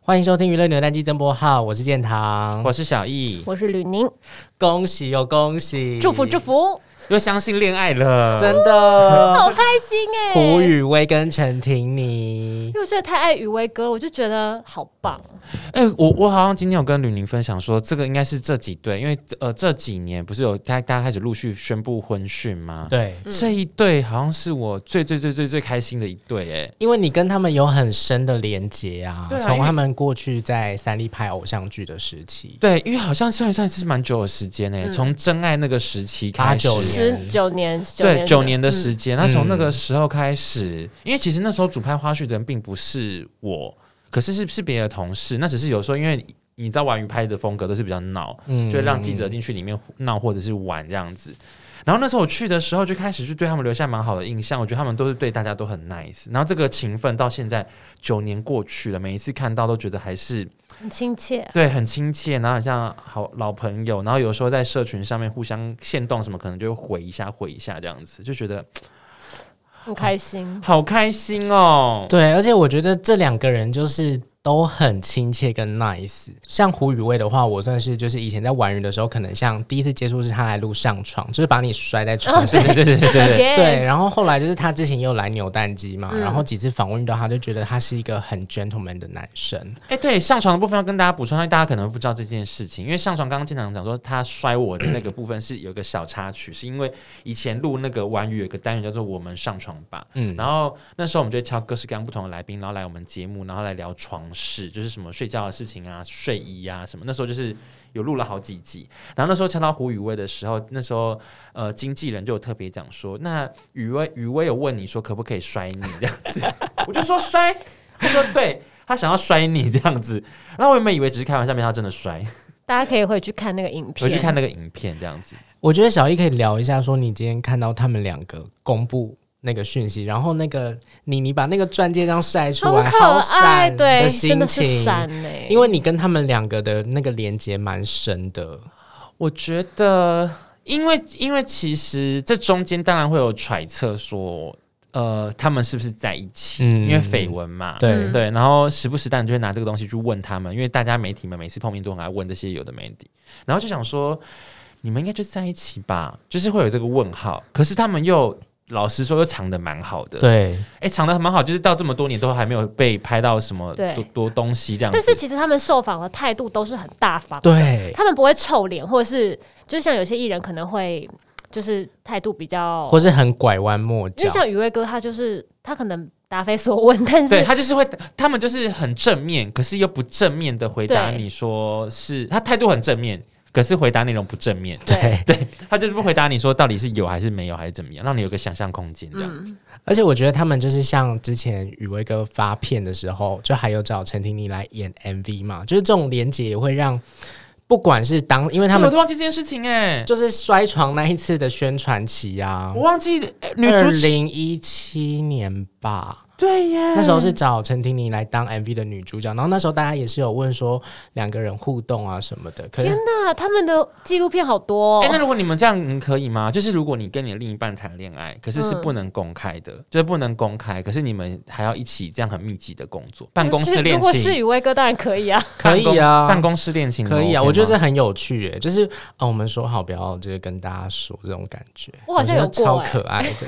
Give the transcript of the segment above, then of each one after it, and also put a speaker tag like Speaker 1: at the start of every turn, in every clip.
Speaker 1: 欢迎收听娱乐扭蛋机增播号，我是建堂。
Speaker 2: 我是小易，
Speaker 3: 我是吕宁，
Speaker 1: 恭喜哦，恭喜！
Speaker 3: 祝福祝！福，
Speaker 2: 又相信恋爱了，
Speaker 1: 真的，
Speaker 3: 好开心哎、
Speaker 1: 胡宇威跟陈婷妮
Speaker 3: 因，为我真的太爱雨薇哥了，我就觉得好棒。
Speaker 2: 哎、我我好像今天有跟吕宁分享说，这个应该是这几对，因为呃这几年不是有大大家开始陆续宣布婚讯吗？，
Speaker 1: 对，
Speaker 2: 这一对好像是我最最最最最开心的一对，哎，
Speaker 1: 因为你跟他们有很深的连结啊，
Speaker 2: 对啊
Speaker 1: 从
Speaker 2: 因为
Speaker 1: 他们过去在三立拍偶像剧的时期，
Speaker 2: 对，因为好像算一算是蛮久的时间哎，
Speaker 3: 嗯
Speaker 2: 从、真爱那个时期
Speaker 1: 八
Speaker 2: 开始，
Speaker 1: 九年
Speaker 3: 十九年，
Speaker 2: 对，九年的
Speaker 3: 嗯
Speaker 2: 时间。那从那个时候开始，因为其实那时候主拍花絮的人并不是我，可是是是别的同事。那只是有时候因为你知道玩鱼拍的风格都是比较闹，
Speaker 1: 嗯
Speaker 2: 就会让记者进去里面闹或者是玩这样子。然后那时候我去的时候，就开始就对他们留下蛮好的印象。我觉得他们都是对大家都很 nice。然后这个情分到现在九年过去了，每一次看到都觉得还是
Speaker 3: 很亲切，
Speaker 2: 对，很亲切，然后很像好老朋友，然后有时候在社群上面互相限动什么，可能就会回一下回一下这样子，就觉得
Speaker 3: 很开心。
Speaker 2: 好开心哦。
Speaker 1: 对，而且我觉得这两个人就是都很亲切跟 nice。像胡宇威的话，我算是就是以前在玩鱼的时候，可能像第一次接触是他来录上床，就是把你摔在床上。
Speaker 2: 哦对对对对对，
Speaker 3: 耶
Speaker 1: 对，，然后后来就是他之前也有来扭蛋机嘛，
Speaker 3: 嗯
Speaker 1: 然后几次访问遇到他，就觉得他是一个很 gentleman 的男生。
Speaker 2: 哎、对，上床的部分要跟大家补充，因为大家可能不知道这件事情，因为上床刚刚经常讲说他摔我的那个部分是有个小插曲，是因为以前录那个玩语有个单元叫做“我们上床吧”，
Speaker 1: 嗯，
Speaker 2: 然后那时候我们就会挑各式各样不同的来宾，然后来我们节目，然后来聊床事，就是什么睡觉的事情啊、睡衣啊什么。那时候就是有录了好几集，然后那时候敲到胡宇威的时候，那时候呃经纪人就有特别讲说，那宇威宇威有问你说可不可以摔你这样子， 我就说摔，他说对。他想要摔你这样子，然后我原本以为只是开玩笑，没想到真的摔。
Speaker 3: 大家可以回去看那个影
Speaker 2: 我
Speaker 3: 片，
Speaker 2: 去看那个影片这样子，
Speaker 1: 我觉得小易可以聊一下，说你今天看到他们两个公布那个讯息，然后那个你你把那个钻戒这样晒出来，
Speaker 3: 很
Speaker 1: 好
Speaker 3: 可爱，
Speaker 1: 闪的
Speaker 3: 对，真
Speaker 1: 心
Speaker 3: 的是
Speaker 1: 情，
Speaker 3: 闪哎，
Speaker 1: 因为你跟他们两个的那个连接蛮深的。
Speaker 2: 我觉得，因为因为其实这中间当然会有揣测说，呃，他们是不是在一起？
Speaker 1: 嗯
Speaker 2: 因为绯闻嘛，
Speaker 1: 对、
Speaker 3: 嗯
Speaker 2: 对。然后时不时当然就会拿这个东西去问他们，因为大家媒体们每次碰面都很爱问这些有的没的，然后就想说，你们应该就在一起吧，就是会有这个问号。可是他们又老实说，又藏的蛮好的，，
Speaker 1: 对，
Speaker 2: 哎，藏的蛮好，就是到这么多年都还没有被拍到什么
Speaker 3: 对
Speaker 2: 多多东西这样子。
Speaker 3: 但是其实他们受访的态度都是很大方，
Speaker 1: 对，
Speaker 3: 他们不会臭脸，或者是就像有些艺人可能会就是态度比较，
Speaker 1: 或是很拐弯抹
Speaker 3: 因为
Speaker 1: 角，
Speaker 3: 像雨薇哥他就是他可能答非所问，但
Speaker 2: 对
Speaker 3: 是
Speaker 2: 他就是会，他们就是很正面，可是又不正面的回答
Speaker 3: 对
Speaker 2: 你说是，他态度很正面，可是回答内容不正面，
Speaker 1: 对。
Speaker 2: 他就是不回答你说到底是有还是没有还是怎么样，让你有个想象空间这样。
Speaker 3: 嗯
Speaker 1: 而且我觉得他们就是像之前宇威哥发片的时候，就还有找陈婷妮来演 MV 嘛，就是这种连接也会让，不管是当因为他
Speaker 2: 哎我
Speaker 1: 们
Speaker 2: 都忘记这件事情哎、
Speaker 1: 就是摔床那一次的宣传期啊
Speaker 2: 我，忘记、哎女
Speaker 1: 二
Speaker 2: 主角
Speaker 1: 零一七年吧，
Speaker 2: 对耶，
Speaker 1: 那时候是找陈婷妮来当 MV 的女主角，然后那时候大家也是有问说两个人互动啊什么的，可
Speaker 3: 天
Speaker 1: 是
Speaker 3: 哪，他们的纪录片好多、哦
Speaker 2: 哎、那如果你们这样，你可以吗？就是如果你跟你的另一半谈恋爱，可是是
Speaker 3: 嗯
Speaker 2: 不能公开的，就是不能公开，可是你们还要一起这样很密集的工作，办公
Speaker 3: 可
Speaker 2: 室
Speaker 3: 是
Speaker 2: 恋
Speaker 3: 如果是
Speaker 2: 情，
Speaker 3: 雨薇哥当然可以啊，
Speaker 1: 可以啊，
Speaker 2: 办公室恋情
Speaker 1: 可以
Speaker 2: OK
Speaker 1: 啊，
Speaker 2: 吗
Speaker 1: 我觉得这很有趣耶，就是啊，我们说好不要就是跟大家说这种感觉，
Speaker 3: 我好
Speaker 1: 觉
Speaker 3: 像
Speaker 1: 得
Speaker 3: 有过
Speaker 1: 超
Speaker 3: 哎
Speaker 1: 可爱的，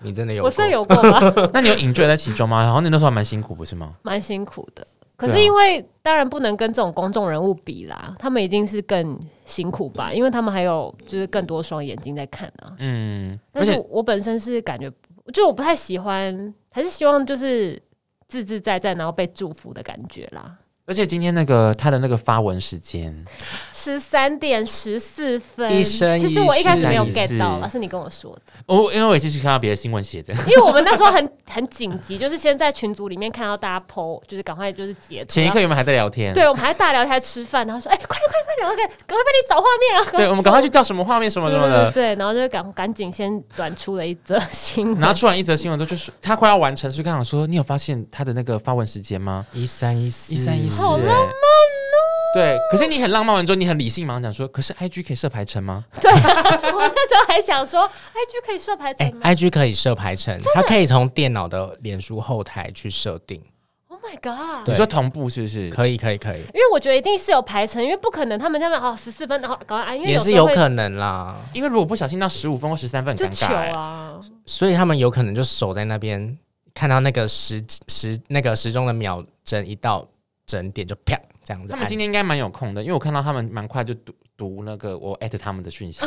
Speaker 1: 你真的有过，
Speaker 3: 我虽然有过吧，
Speaker 2: 那你有 enjoy 在其中吗？然后你那时候还蛮辛苦，不是吗？
Speaker 3: 蛮辛苦的。可
Speaker 2: 对啊
Speaker 3: 是因为当然不能跟这种公众人物比啦，他们一定是更辛苦吧，因为他们还有就是更多双眼睛在看啊。
Speaker 2: 嗯，
Speaker 3: 但
Speaker 2: 而
Speaker 3: 是
Speaker 2: 且
Speaker 3: 我本身是感觉，就我不太喜欢，还是希望就是自自在在，然后被祝福的感觉啦。
Speaker 2: 而且今天那个他的那个发文时间，
Speaker 3: 十三点十四分，
Speaker 1: 一生一世
Speaker 3: 其实我一开始没有
Speaker 2: 一生一世
Speaker 3: get 到啦，是你跟我说的。
Speaker 2: 我、哦因为我也是看到别的新闻写的，
Speaker 3: 因为我们那时候很很紧急，就是先在群组里面看到大家 PO，就是赶快就是截图。
Speaker 2: 前一刻
Speaker 3: 然
Speaker 2: 我们还在聊天，
Speaker 3: 后，对，我们还大聊天，还吃饭，然后说：“哎、快点，快点，快点，快点，赶快帮你找画面啊！”
Speaker 2: 对，我们赶快去调什么画面什么
Speaker 3: 对
Speaker 2: 什么
Speaker 3: 对
Speaker 2: 的。
Speaker 3: 对，然后就赶赶紧先转出了一则新闻。
Speaker 2: 然后出完一则新闻之后，就是他快要完成，就刚想说，你有发现他的那个发文时间吗？
Speaker 1: 一三一四
Speaker 2: 一三一四，
Speaker 3: 好浪漫
Speaker 2: 哦。对，可是你很浪漫完之后，你很理性，马上讲说，可是 I G 可以设排程吗？
Speaker 3: 对、啊， 我那时候还想说，IG 可以设排程
Speaker 1: 哎
Speaker 3: 吗、
Speaker 1: ，IG 可以设排程，它可以从电脑的脸书后台去设定，
Speaker 3: o h Oh my my god！
Speaker 2: 你
Speaker 1: 对
Speaker 2: 说同步是不是？
Speaker 1: 可以可以可以，
Speaker 3: 因为我觉得一定是有排程，因为不可能他们这样哦十四分，然后搞完啊，因为
Speaker 1: 也是
Speaker 3: 有时
Speaker 1: 有
Speaker 3: 候会
Speaker 1: 可能啦。
Speaker 2: 因为如果不小心到十五分或十三分，
Speaker 3: 就
Speaker 2: 很尴
Speaker 3: 糗
Speaker 2: 尬、欸。
Speaker 3: 啊，
Speaker 1: 所以他们有可能就守在那边，看到那个时时那个时钟的秒针一到整点就啪这样子
Speaker 2: 他
Speaker 1: 按。
Speaker 2: 们今天应该蛮有空的，因为我看到他们蛮快就读读那个 我艾特他们的讯息，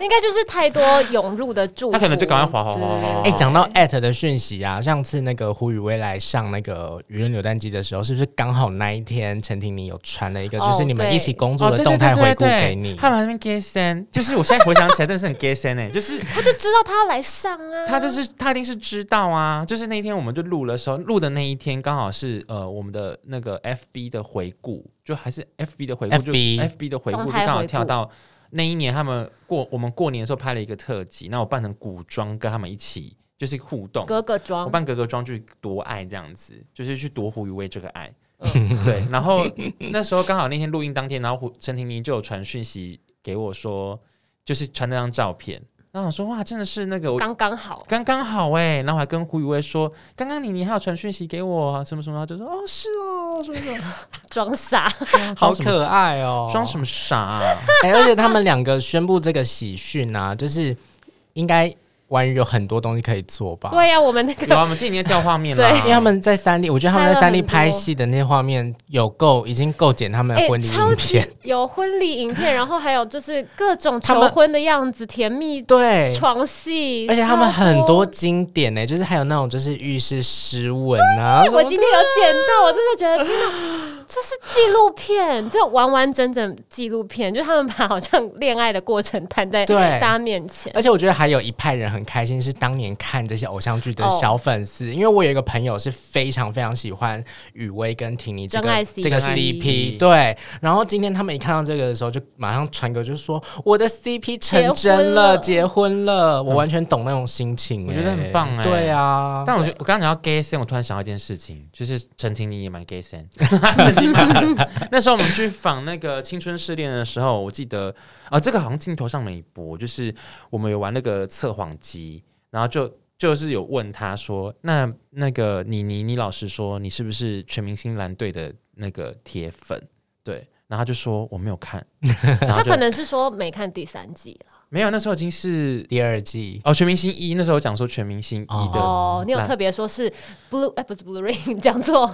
Speaker 3: 应该就是太多涌入的祝福，
Speaker 2: 他可能就赶快滑滑
Speaker 3: 对
Speaker 2: 滑滑滑
Speaker 1: 哎、讲到 at 的讯息啊，上次那个胡宇威来上那个舆论扭蛋机的时候，是不是刚好那一天陈婷妮有传了一个，
Speaker 3: 哦
Speaker 1: 就是你们一起工作
Speaker 2: 哦
Speaker 1: 的
Speaker 2: 对
Speaker 1: 动态
Speaker 2: 对对
Speaker 1: 回顾
Speaker 2: 对对
Speaker 1: 给你？
Speaker 2: 他们还没 gay 三，就是我现在回想起来真的是很 gay 三哎，就是
Speaker 3: 他就知道他要来上啊，
Speaker 2: 他就是他一定是知道啊，就是那一天我们就录的时候，录的那一天刚好是呃我们的那个 FB 的回顾，就还是 FB 的回顾
Speaker 1: FB
Speaker 2: 就 FB 的回顾
Speaker 3: 动
Speaker 2: 就
Speaker 3: 态回顾
Speaker 2: 刚好跳到那一年他们过我们过年的时候拍了一个特辑，那我扮成古装跟他们一起就是互动，
Speaker 3: 格格
Speaker 2: 我
Speaker 3: 装，
Speaker 2: 扮格格装去夺爱这样子，就是去夺胡宇威这个爱。
Speaker 3: 嗯
Speaker 2: 对，然后那时候刚好那天录音当天，然后胡陈婷妮就有传讯息给我说，就是传那张照片，然后我说哇，真的是那个我
Speaker 3: 刚刚好，
Speaker 2: 刚刚好哎、然后还跟胡宇威说，刚刚你你还有传讯息给我啊什么什么，他就说哦是啊哦，什么什么，
Speaker 3: 装傻，
Speaker 1: 好可爱哦
Speaker 2: 装什么傻、 啊？
Speaker 1: 哎、而且他们两个宣布这个喜讯啊，就是应该玩鱼有很多东西可以做吧？
Speaker 3: 对呀、我们那
Speaker 2: 有啊，
Speaker 3: 个
Speaker 2: 我们今天掉画面了，啊
Speaker 3: 对
Speaker 1: 因为他们在三立，我觉得他们在三立拍戏的那些画面有够，已经够剪他
Speaker 2: 哎
Speaker 1: 们的婚礼
Speaker 3: 哎超
Speaker 1: 影
Speaker 3: 级
Speaker 1: 片。
Speaker 3: 有婚礼 影片，然后还有就是各种
Speaker 1: 他
Speaker 3: 求
Speaker 1: 们
Speaker 3: 婚的样子，甜 蜜
Speaker 1: 对，
Speaker 3: 床戏，
Speaker 1: 而且他们
Speaker 3: 超
Speaker 1: 很多。经典呢、就是还有那种就是浴室湿吻啊，什
Speaker 3: 我
Speaker 1: 么
Speaker 3: 今天有捡
Speaker 1: 啊
Speaker 3: 到，我真的觉得 天哪，就是纪录片，这完完整整纪录片，就是他们把好像恋爱的过程摊在
Speaker 1: 对
Speaker 3: 大家面前。
Speaker 1: 而且我觉得还有一派人很开心，是当年看这些偶像剧的
Speaker 3: 哦
Speaker 1: 小粉丝，因为我有一个朋友是非常非常喜欢雨薇跟婷妮这
Speaker 3: 真爱
Speaker 1: 个
Speaker 3: CP
Speaker 1: 这个
Speaker 2: 真爱
Speaker 1: CP，对。然后今天他们一看到这个的时候，就马上传给我，就说我的 CP 成真了，结婚了，我完全懂那种心情、欸
Speaker 2: 我觉得很棒哎
Speaker 1: 对啊，
Speaker 2: 但我觉得我刚刚讲到 gay sen，我突然想到一件事情，就是陈婷妮也蛮 gay sen。陈婷蛮 那时候我们去访那个《青春试恋》的时候，我记得啊、这个好像镜头上没播，就是我们有玩那个测谎机，然后就就是有问他说，那那个你你你老师说你是不是全明星蓝队的那个铁粉？对，然后他就说我没有看， 然后
Speaker 3: 他
Speaker 2: 就
Speaker 3: 可能是说没看第三季了
Speaker 2: 没有，那时候已经是
Speaker 1: 第二季
Speaker 2: 哦全明星一，那时候讲说全明星一的、
Speaker 1: 哦对
Speaker 3: 哦，你有
Speaker 2: 那
Speaker 3: 特别说是 blue 哎，不是 blue ring，讲错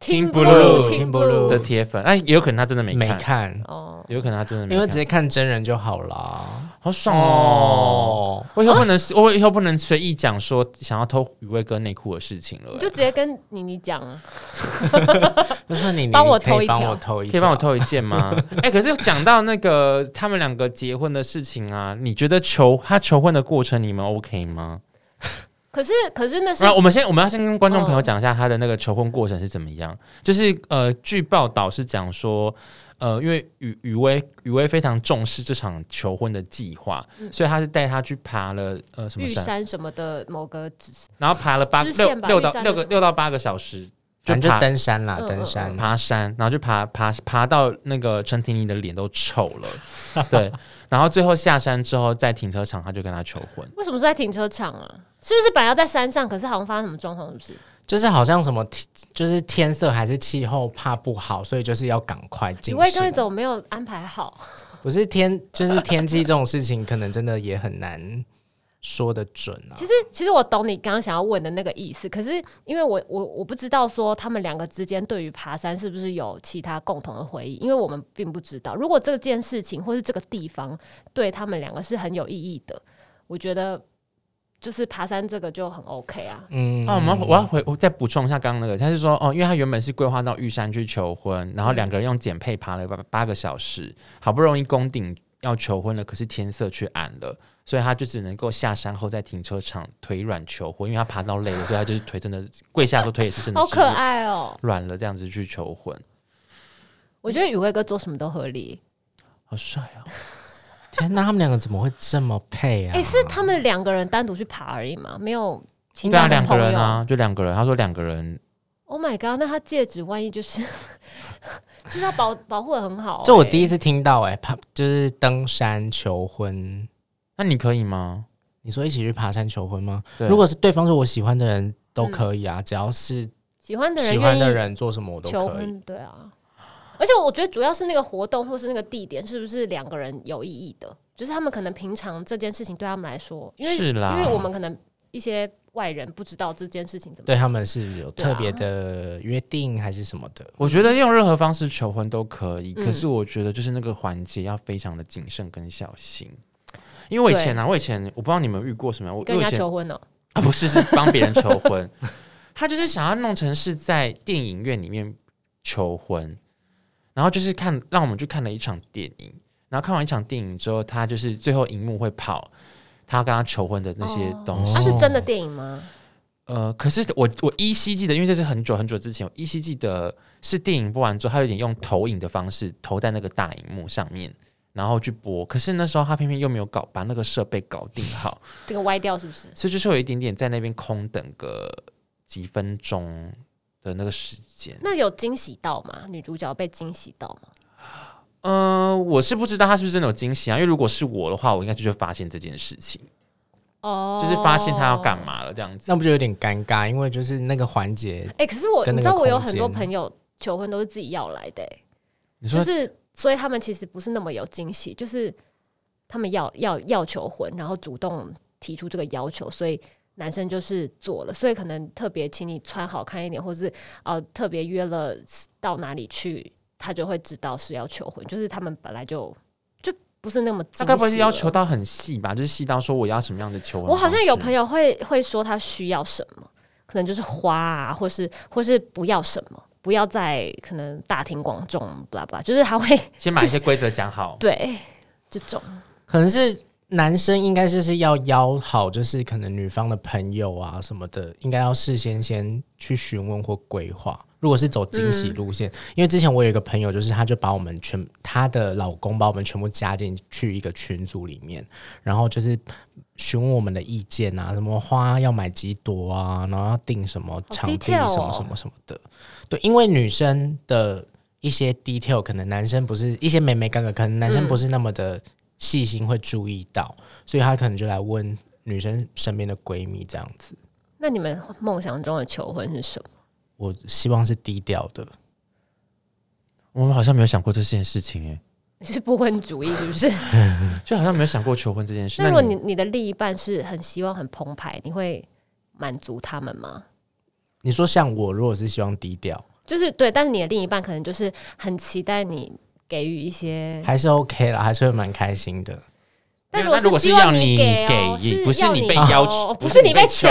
Speaker 2: Team Blue
Speaker 3: team
Speaker 1: Team Blue
Speaker 2: 的铁粉，哎，也有可能他真的
Speaker 1: 没看，
Speaker 3: 哦，
Speaker 2: 有可能他真的没
Speaker 1: 因为
Speaker 2: 看
Speaker 1: 直接看真人就好啦。
Speaker 2: 好爽哦！
Speaker 1: 哦，
Speaker 2: 我以后不能，我以后不能随意讲说想要偷雨薇哥内裤的事情了
Speaker 3: 你就
Speaker 2: 欸。
Speaker 3: 直接跟妮妮讲啊，
Speaker 1: 就说你你
Speaker 3: 帮我
Speaker 1: 可以
Speaker 3: 偷一
Speaker 1: 帮
Speaker 3: 条
Speaker 1: 我偷一条，
Speaker 2: 哎可以帮我偷一件 吗？哎、可是讲到那个他们两个结婚的事情啊，你觉得求他求婚的过程你们 OK 吗？
Speaker 3: 可是可是那是
Speaker 2: 然后我们先我们要先跟观众朋友讲一下他的那个求婚过程是怎么样。就是呃，据报道是讲说，呃，因为雨雨薇雨薇非常重视这场求婚的计划，
Speaker 1: 嗯
Speaker 2: 所以他是带他去爬了呃什么
Speaker 3: 玉
Speaker 2: 山，
Speaker 3: 山什么的某个指
Speaker 2: 然后爬了八
Speaker 3: 支
Speaker 2: 六
Speaker 3: 线吧
Speaker 2: 六到
Speaker 3: 玉山
Speaker 2: 六个
Speaker 3: 那种
Speaker 2: 六到八个小时，就
Speaker 1: 反正就
Speaker 2: 爬
Speaker 1: 是登山啦，
Speaker 3: 嗯
Speaker 1: 登山。
Speaker 2: 爬山，然后就爬爬爬到那个陈婷妮的脸都臭了， 对，然后最后下山之后，在停车场他就跟她求婚，
Speaker 3: 为什么是在停车场啊？是不是本来要在山上，可是好像发生什么状况，是不是？
Speaker 1: 就是好像什么天，就是天色还是气候怕不好，所以就是要赶快
Speaker 3: 李
Speaker 1: 进
Speaker 3: 卫刚才
Speaker 1: 行。
Speaker 3: 怎么没有安排好？
Speaker 1: 不是天，就是天气这种事情，可能真的也很难说得准啊
Speaker 3: 其。实，其实我懂你刚刚想要问的那个意思，可是因为我我我不知道说他们两个之间对于爬山是不是有其他共同的回忆，因为我们并不知道。如果这件事情或是这个地方对他们两个是很有意义的，我觉得就是爬山这个就很 OK 啊。
Speaker 1: 嗯，
Speaker 2: 啊，我们我要回我再补充一下刚刚那个，他是说哦，因为他原本是规划到玉山去求婚，然后两个人用简配爬了八八个小时，好不容易攻顶要求婚了，可是天色却暗了，所以他就只能够下山后在停车场腿软求婚，因为他爬到累了，所以他就是腿真的跪下的时候腿也是真的
Speaker 3: 好
Speaker 2: 嗯是
Speaker 3: 可爱哦、
Speaker 2: 软了这样子去求婚，
Speaker 3: 我觉得宇威哥做什么都合理。
Speaker 2: 好帅啊！
Speaker 1: 天哪，他们两个怎么会这么配啊？
Speaker 3: 诶，是他们两个人单独去爬而已嘛，没有其
Speaker 2: 对
Speaker 3: 他
Speaker 2: 啊，
Speaker 3: 的
Speaker 2: 两个
Speaker 3: 朋友。
Speaker 2: 人啊，就两个人。他说两个人，
Speaker 3: Oh my god！那他戒指万一就是就是他保保护的很好、
Speaker 1: 这我第一
Speaker 3: 次，
Speaker 1: 次听到哎、爬就是登山求婚。
Speaker 2: 那你可以吗？
Speaker 1: 你说一起去爬山求婚吗？
Speaker 2: 对
Speaker 1: 如果是对方是我喜欢的人都可以啊，只要是
Speaker 3: 喜欢的嗯人
Speaker 1: 喜欢的
Speaker 3: 愿意
Speaker 1: 人做什么我都
Speaker 3: 求
Speaker 1: 可以。
Speaker 3: 婚，对啊。而且我觉得主要是那个活动或是那个地点是不是两个人有意义的，就是他们可能平常这件事情对他们来说，因为
Speaker 2: 是啦，
Speaker 3: 因为我们可能一些外人不知道这件事情怎么。
Speaker 1: 对他们是有
Speaker 3: 对啊
Speaker 1: 特别的约定还是什么的，
Speaker 2: 我觉得用任何方式求婚都可以，
Speaker 3: 嗯
Speaker 2: 可是我觉得就是那个环节要非常的谨慎跟小心。因为我以前啊，我以前我不知道你们遇过什么样，我
Speaker 3: 跟
Speaker 2: 我以
Speaker 3: 人家
Speaker 2: 前
Speaker 3: 求婚哦、
Speaker 2: 啊不是是帮别人求婚，他就是想要弄成是在电影院里面求婚，然后就是看让我们去看了一场电影，然后看完一场电影之后，他就是最后荧幕会跑他跟他求婚的那些
Speaker 3: 哦
Speaker 2: 东西
Speaker 3: 它、
Speaker 1: 哦
Speaker 3: 是真的电影吗？
Speaker 2: 呃，可是我我依稀记得，因为这是很久很久之前，我依稀记得是电影播完之后，他有点用投影的方式投在那个大荧幕上面，然后去播。可是那时候他偏偏又没有搞把那个设备搞定好，
Speaker 3: 这个歪掉是不是？
Speaker 2: 所以就是有一点点在那边空等个几分钟的那个时间。
Speaker 3: 那有惊喜到吗？女主角被惊喜到吗？
Speaker 2: 嗯、我是不知道他是不是真的有惊喜啊，因为如果是我的话，我应该就会发现这件事情，
Speaker 3: 哦
Speaker 2: 就是发现他要干。嘛了这样子
Speaker 1: 那。不就有点尴尬？因为就是那个环节，
Speaker 3: 哎、可是我
Speaker 1: 跟
Speaker 3: 你
Speaker 1: 那
Speaker 3: 知
Speaker 1: 个
Speaker 3: 道我有
Speaker 1: 空
Speaker 3: 很多
Speaker 1: 间
Speaker 3: 朋友求婚都是自己要来的、欸
Speaker 2: 你说
Speaker 3: 就是所以他们其实不是那么有惊喜，就是他们要要要求婚，然后主动提出这个要求，所以男生就是做了，所以可能特别请你穿好看一点，或是呃特别约了到哪里去，他就会知道是要求婚，就是他们本来就就不是那么
Speaker 2: 他
Speaker 3: 惊
Speaker 2: 该不会是
Speaker 3: 喜
Speaker 2: 要
Speaker 3: 了
Speaker 2: 求到很细吧？就是细到说我要什么样的求婚方式？
Speaker 3: 我好像有朋友会会说他需要什么，可能就是花啊，或是或是不要什么，不要在可能大庭广众，巴拉巴拉，就是他会。
Speaker 2: 先把一些规则讲好
Speaker 3: 对这种。
Speaker 1: 可能是男生应该就是要邀好，就是可能女方的朋友啊什么的，应该要事先先去询问或规划。如果是走惊喜路线，因为之前我有一个朋友，就是他就把我们全她的老公把我们全部加进去一个群组里面，然后就是询问我们的意见啊，什么花要买几朵啊，然后要订什么场地
Speaker 3: detail 哦
Speaker 1: 什么什么什么的。对，因为女生的一些 detail 可能男生不是一些美美嘎嘎，可能男生
Speaker 3: 嗯
Speaker 1: 不是那么的细心会注意到，所以他可能就来问女生身边的闺蜜这样子。
Speaker 3: 那你们梦想中的求婚是什么？
Speaker 1: 我希望是低调的，
Speaker 2: 我们好像没有想过这件事情、欸，
Speaker 3: 你是不婚主义是 不是？
Speaker 2: 哎，就好像没有想过求婚这件事。
Speaker 3: 那如
Speaker 2: 那
Speaker 3: 果你你的另一半是很希望很澎湃，你会满足他们吗？
Speaker 1: 你说像我，如果是希望低调，
Speaker 3: 就是对，但是你的另一半可能就是很期待你给予一些，
Speaker 1: 还是 OK 啦，还是会蛮开心的。
Speaker 3: 嗯但
Speaker 2: 没有那如果
Speaker 3: 是
Speaker 2: 是
Speaker 3: 希望
Speaker 2: 要你
Speaker 3: 给哦，
Speaker 2: 给不是
Speaker 3: 要
Speaker 2: 你
Speaker 3: 你
Speaker 2: 被要
Speaker 3: 求哦
Speaker 2: 求，
Speaker 3: 不是你被求，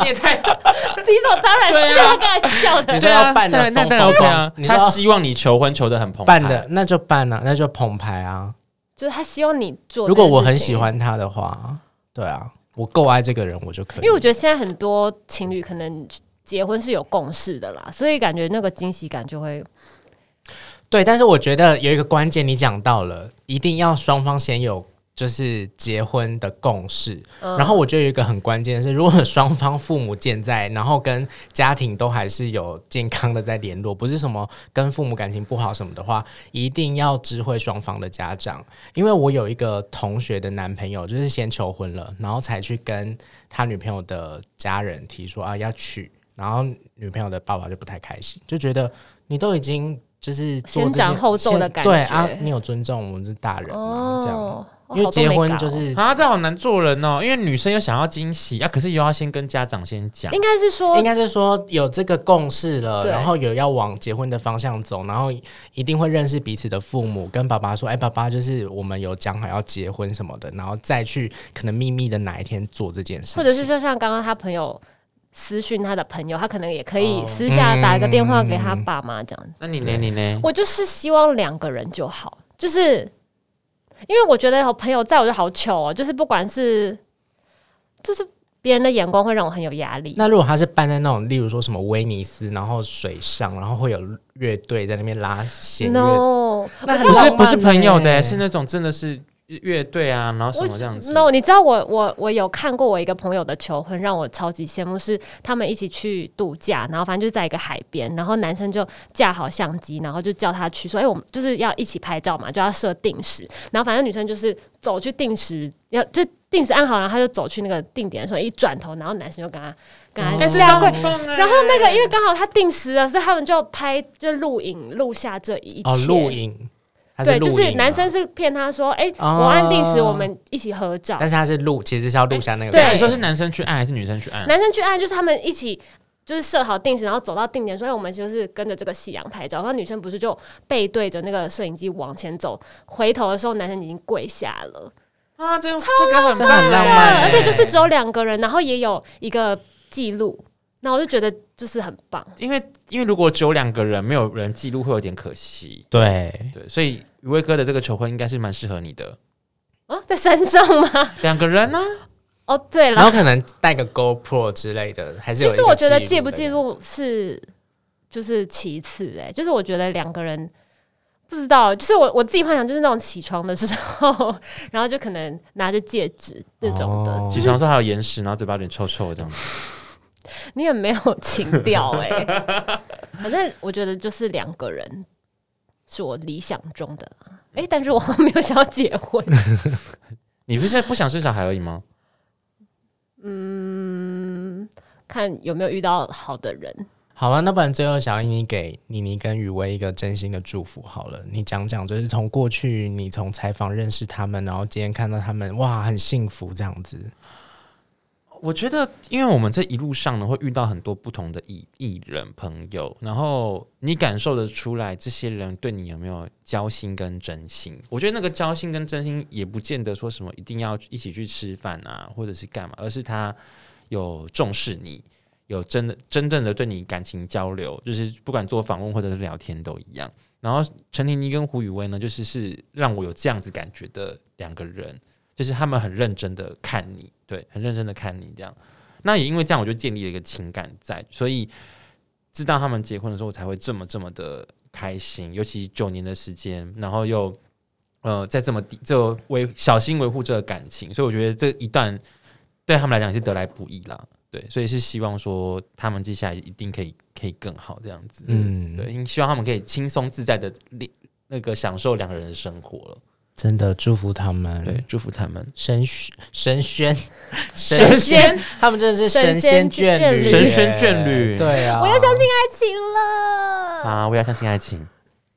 Speaker 2: 你也太
Speaker 3: 理所当然，
Speaker 2: 对啊
Speaker 3: 是他刚才笑的
Speaker 1: 你。说要办的
Speaker 2: 啊那
Speaker 1: 风
Speaker 2: 那当然
Speaker 1: 风
Speaker 2: OK 啊
Speaker 1: 光，你说
Speaker 2: 他
Speaker 1: 要
Speaker 2: 希望你求婚求的很澎湃，
Speaker 1: 办的那就办啊，那就捧牌啊。
Speaker 3: 就是他希望你做。
Speaker 1: 如果我很喜，欢他的话，对啊，我够爱这个人，我就可以。
Speaker 3: 因为我觉得现在很多情侣可能结婚是有共识的啦，所以感觉那个惊喜感就会
Speaker 1: 对，但是我觉得有一个关键你讲到了，一定要双方先有就是结婚的共识。
Speaker 3: 嗯
Speaker 1: 然后我觉得有一个很关键的是， 如果双方父母健在，然后跟家庭都还是有健康的在联络，不是什么跟父母感情不好什么的话，一定要知会双方的家长。因为我有一个同学的男朋友，就是先求婚了，然后才去跟他女朋友的家人提说啊要娶，然后女朋友的爸爸就不太开心，就觉得你都已经就是做这
Speaker 3: 先
Speaker 1: 件
Speaker 3: 斩后奏的
Speaker 1: 先
Speaker 3: 感
Speaker 1: 对
Speaker 3: 觉
Speaker 1: 啊，你有尊重我们是大人嘛，这样。
Speaker 3: 哦，
Speaker 1: 因为
Speaker 3: 好多
Speaker 1: 结
Speaker 3: 美
Speaker 1: 婚
Speaker 3: 感
Speaker 1: 就
Speaker 3: 哦
Speaker 1: 是
Speaker 2: 啊，这好难做人哦，因为女生又想要惊喜啊，可是又要先跟家长先讲
Speaker 3: 应。该是说
Speaker 1: 应该是说有这个共识了，
Speaker 3: 对
Speaker 1: 然后有要往结婚的方向走，然后一定会认识彼此的父母，跟爸爸说，哎、爸爸，就是我们有讲好要结婚什么的，然后再去可能秘密的哪一天做这件事情，
Speaker 3: 或者是就像刚刚他朋友私讯他的朋友，他可能也可以私
Speaker 1: 嗯
Speaker 3: 下打一个电话给他爸妈这样子。
Speaker 2: 那你呢？你呢？
Speaker 3: 我就是希望两个人就好，就是因为我觉得有朋友在我就好糗哦，就是不管是就是别人的眼光会让我很有压力。
Speaker 1: 那如果他是办在那种，例如说什么威尼斯，然后水上，然后会有乐队在那边拉弦乐
Speaker 3: No，
Speaker 1: 那很
Speaker 2: 不
Speaker 1: 浪
Speaker 2: 是
Speaker 1: 漫
Speaker 2: 不是朋友的、
Speaker 1: 欸
Speaker 2: 是那种真的是乐队啊，然后什么这样子。
Speaker 3: No，你知道我我我有看过我一个朋友的求婚，让我超级羡慕，是他们一起去度假，然后反正就在一个海边，然后男生就架好相机，然后就叫他去说，哎、我们就是要一起拍照嘛，就要设定时，然后反正女生就是走去定时，要就定时按好，然后他就走去那个定点的时候，一转头，然后男生就跟他跟
Speaker 1: 哦
Speaker 3: 他
Speaker 1: 哎
Speaker 2: 这
Speaker 3: 下
Speaker 2: 样
Speaker 3: 跪。
Speaker 2: 很棒哎
Speaker 3: 然后那个，因为刚好他定时了，所以他们就拍就录影录下这一切。
Speaker 1: 哦，录影，他
Speaker 3: 对，
Speaker 1: 录
Speaker 3: 就
Speaker 1: 影啊
Speaker 3: 是男
Speaker 1: 吗
Speaker 3: 生，是骗他说：“哎、
Speaker 1: 哦
Speaker 3: 我按定时，我们一起合照。
Speaker 1: 但是他是录，其实是要录下那个
Speaker 3: 对
Speaker 1: 过
Speaker 2: 你
Speaker 1: 程。
Speaker 2: 说是男生去按还是女生去按？
Speaker 3: 男生去按就是他们一起。就是设好定时，然后走到定点，哎所以我们就是跟着这个夕阳拍照。然后女生不是就背对着那个摄影机往前走，回头的时候男生已经跪下了，
Speaker 2: 啊，这这个很
Speaker 1: 真的很浪
Speaker 2: 啊
Speaker 1: 漫
Speaker 3: 而且就是只
Speaker 2: 有
Speaker 3: 有两个人，然后也有一个记录。那我就觉得就是很棒，
Speaker 2: 因为因为如果只有两个人，没有人记录会有点可惜。
Speaker 1: 对，
Speaker 2: 对，所以余威哥的这个求婚应该是蛮适合你的，
Speaker 3: 啊，在山上吗？
Speaker 2: 两个人呢、
Speaker 3: 哦，对
Speaker 1: 然
Speaker 3: 了
Speaker 1: 后，可能带个 GoPro 之类的，还是
Speaker 3: 其
Speaker 1: 有一
Speaker 3: 实
Speaker 1: 个
Speaker 3: 我觉得
Speaker 1: 的
Speaker 3: 记不记录是就是其次、欸，哎，就是我觉得两个人不知道，就是我我自己幻想就是那种起床的时候， 然后就可能拿着戒指那种的，
Speaker 1: 哦
Speaker 2: 起床的时候还有眼屎，然后嘴巴有点臭臭的这样子。
Speaker 3: 你也没有情调哎、反正我觉得就是两个人是我理想中的，哎、但是我没有想要结婚，
Speaker 2: 你不是不想生小孩而已吗？
Speaker 3: 嗯，看有没有遇到好的人。
Speaker 1: 好了，那不然最后小英，你给妮妮跟雨薇一个真心的祝福好了。你讲讲，就是从过去你从采访认识他们，然后今天看到他们，哇，很幸福这样子。
Speaker 2: 我觉得，因为我们这一路上呢，会遇到很多不同的艺艺人朋友，然后你感受得出来，这些人对你有没有交心跟真心？我觉得那个交心跟真心，也不见得说什么一定要一起去吃饭啊，或者是干嘛，而是他有重视你，有真的真正的对你感情交流，就是不管做访问或者是聊天都一样。然后陈婷妮跟胡宇威呢，就是是让我有这样子感觉的两个人。就是他们很认真的看你，对，很认真的看你这样。那也因为这样，我就建立了一个情感在，所以知道他们结婚的时候，我才会这么这么的开心。尤其九年的时间，然后又呃，在这么低，就维小心维护这个感情，所以我觉得这一段对他们来讲也是得来不易啦。对，所以是希望说他们接下来一定可以可以更好这样子。
Speaker 1: 嗯，
Speaker 2: 嗯，对，因为希望他们可以轻松自在的那个享受两个人的生活了。
Speaker 1: 真的祝福他们。
Speaker 2: 对，，祝福他们。
Speaker 1: 神神仙，
Speaker 2: 神仙，
Speaker 1: 他们真的是
Speaker 3: 神
Speaker 1: 神
Speaker 3: 仙
Speaker 1: 仙
Speaker 3: 眷
Speaker 1: 眷
Speaker 3: 侣
Speaker 1: 侣，
Speaker 2: 神仙眷侣
Speaker 1: 对啊，
Speaker 3: 我又相信爱情了。
Speaker 2: 啊，我也要相信爱情。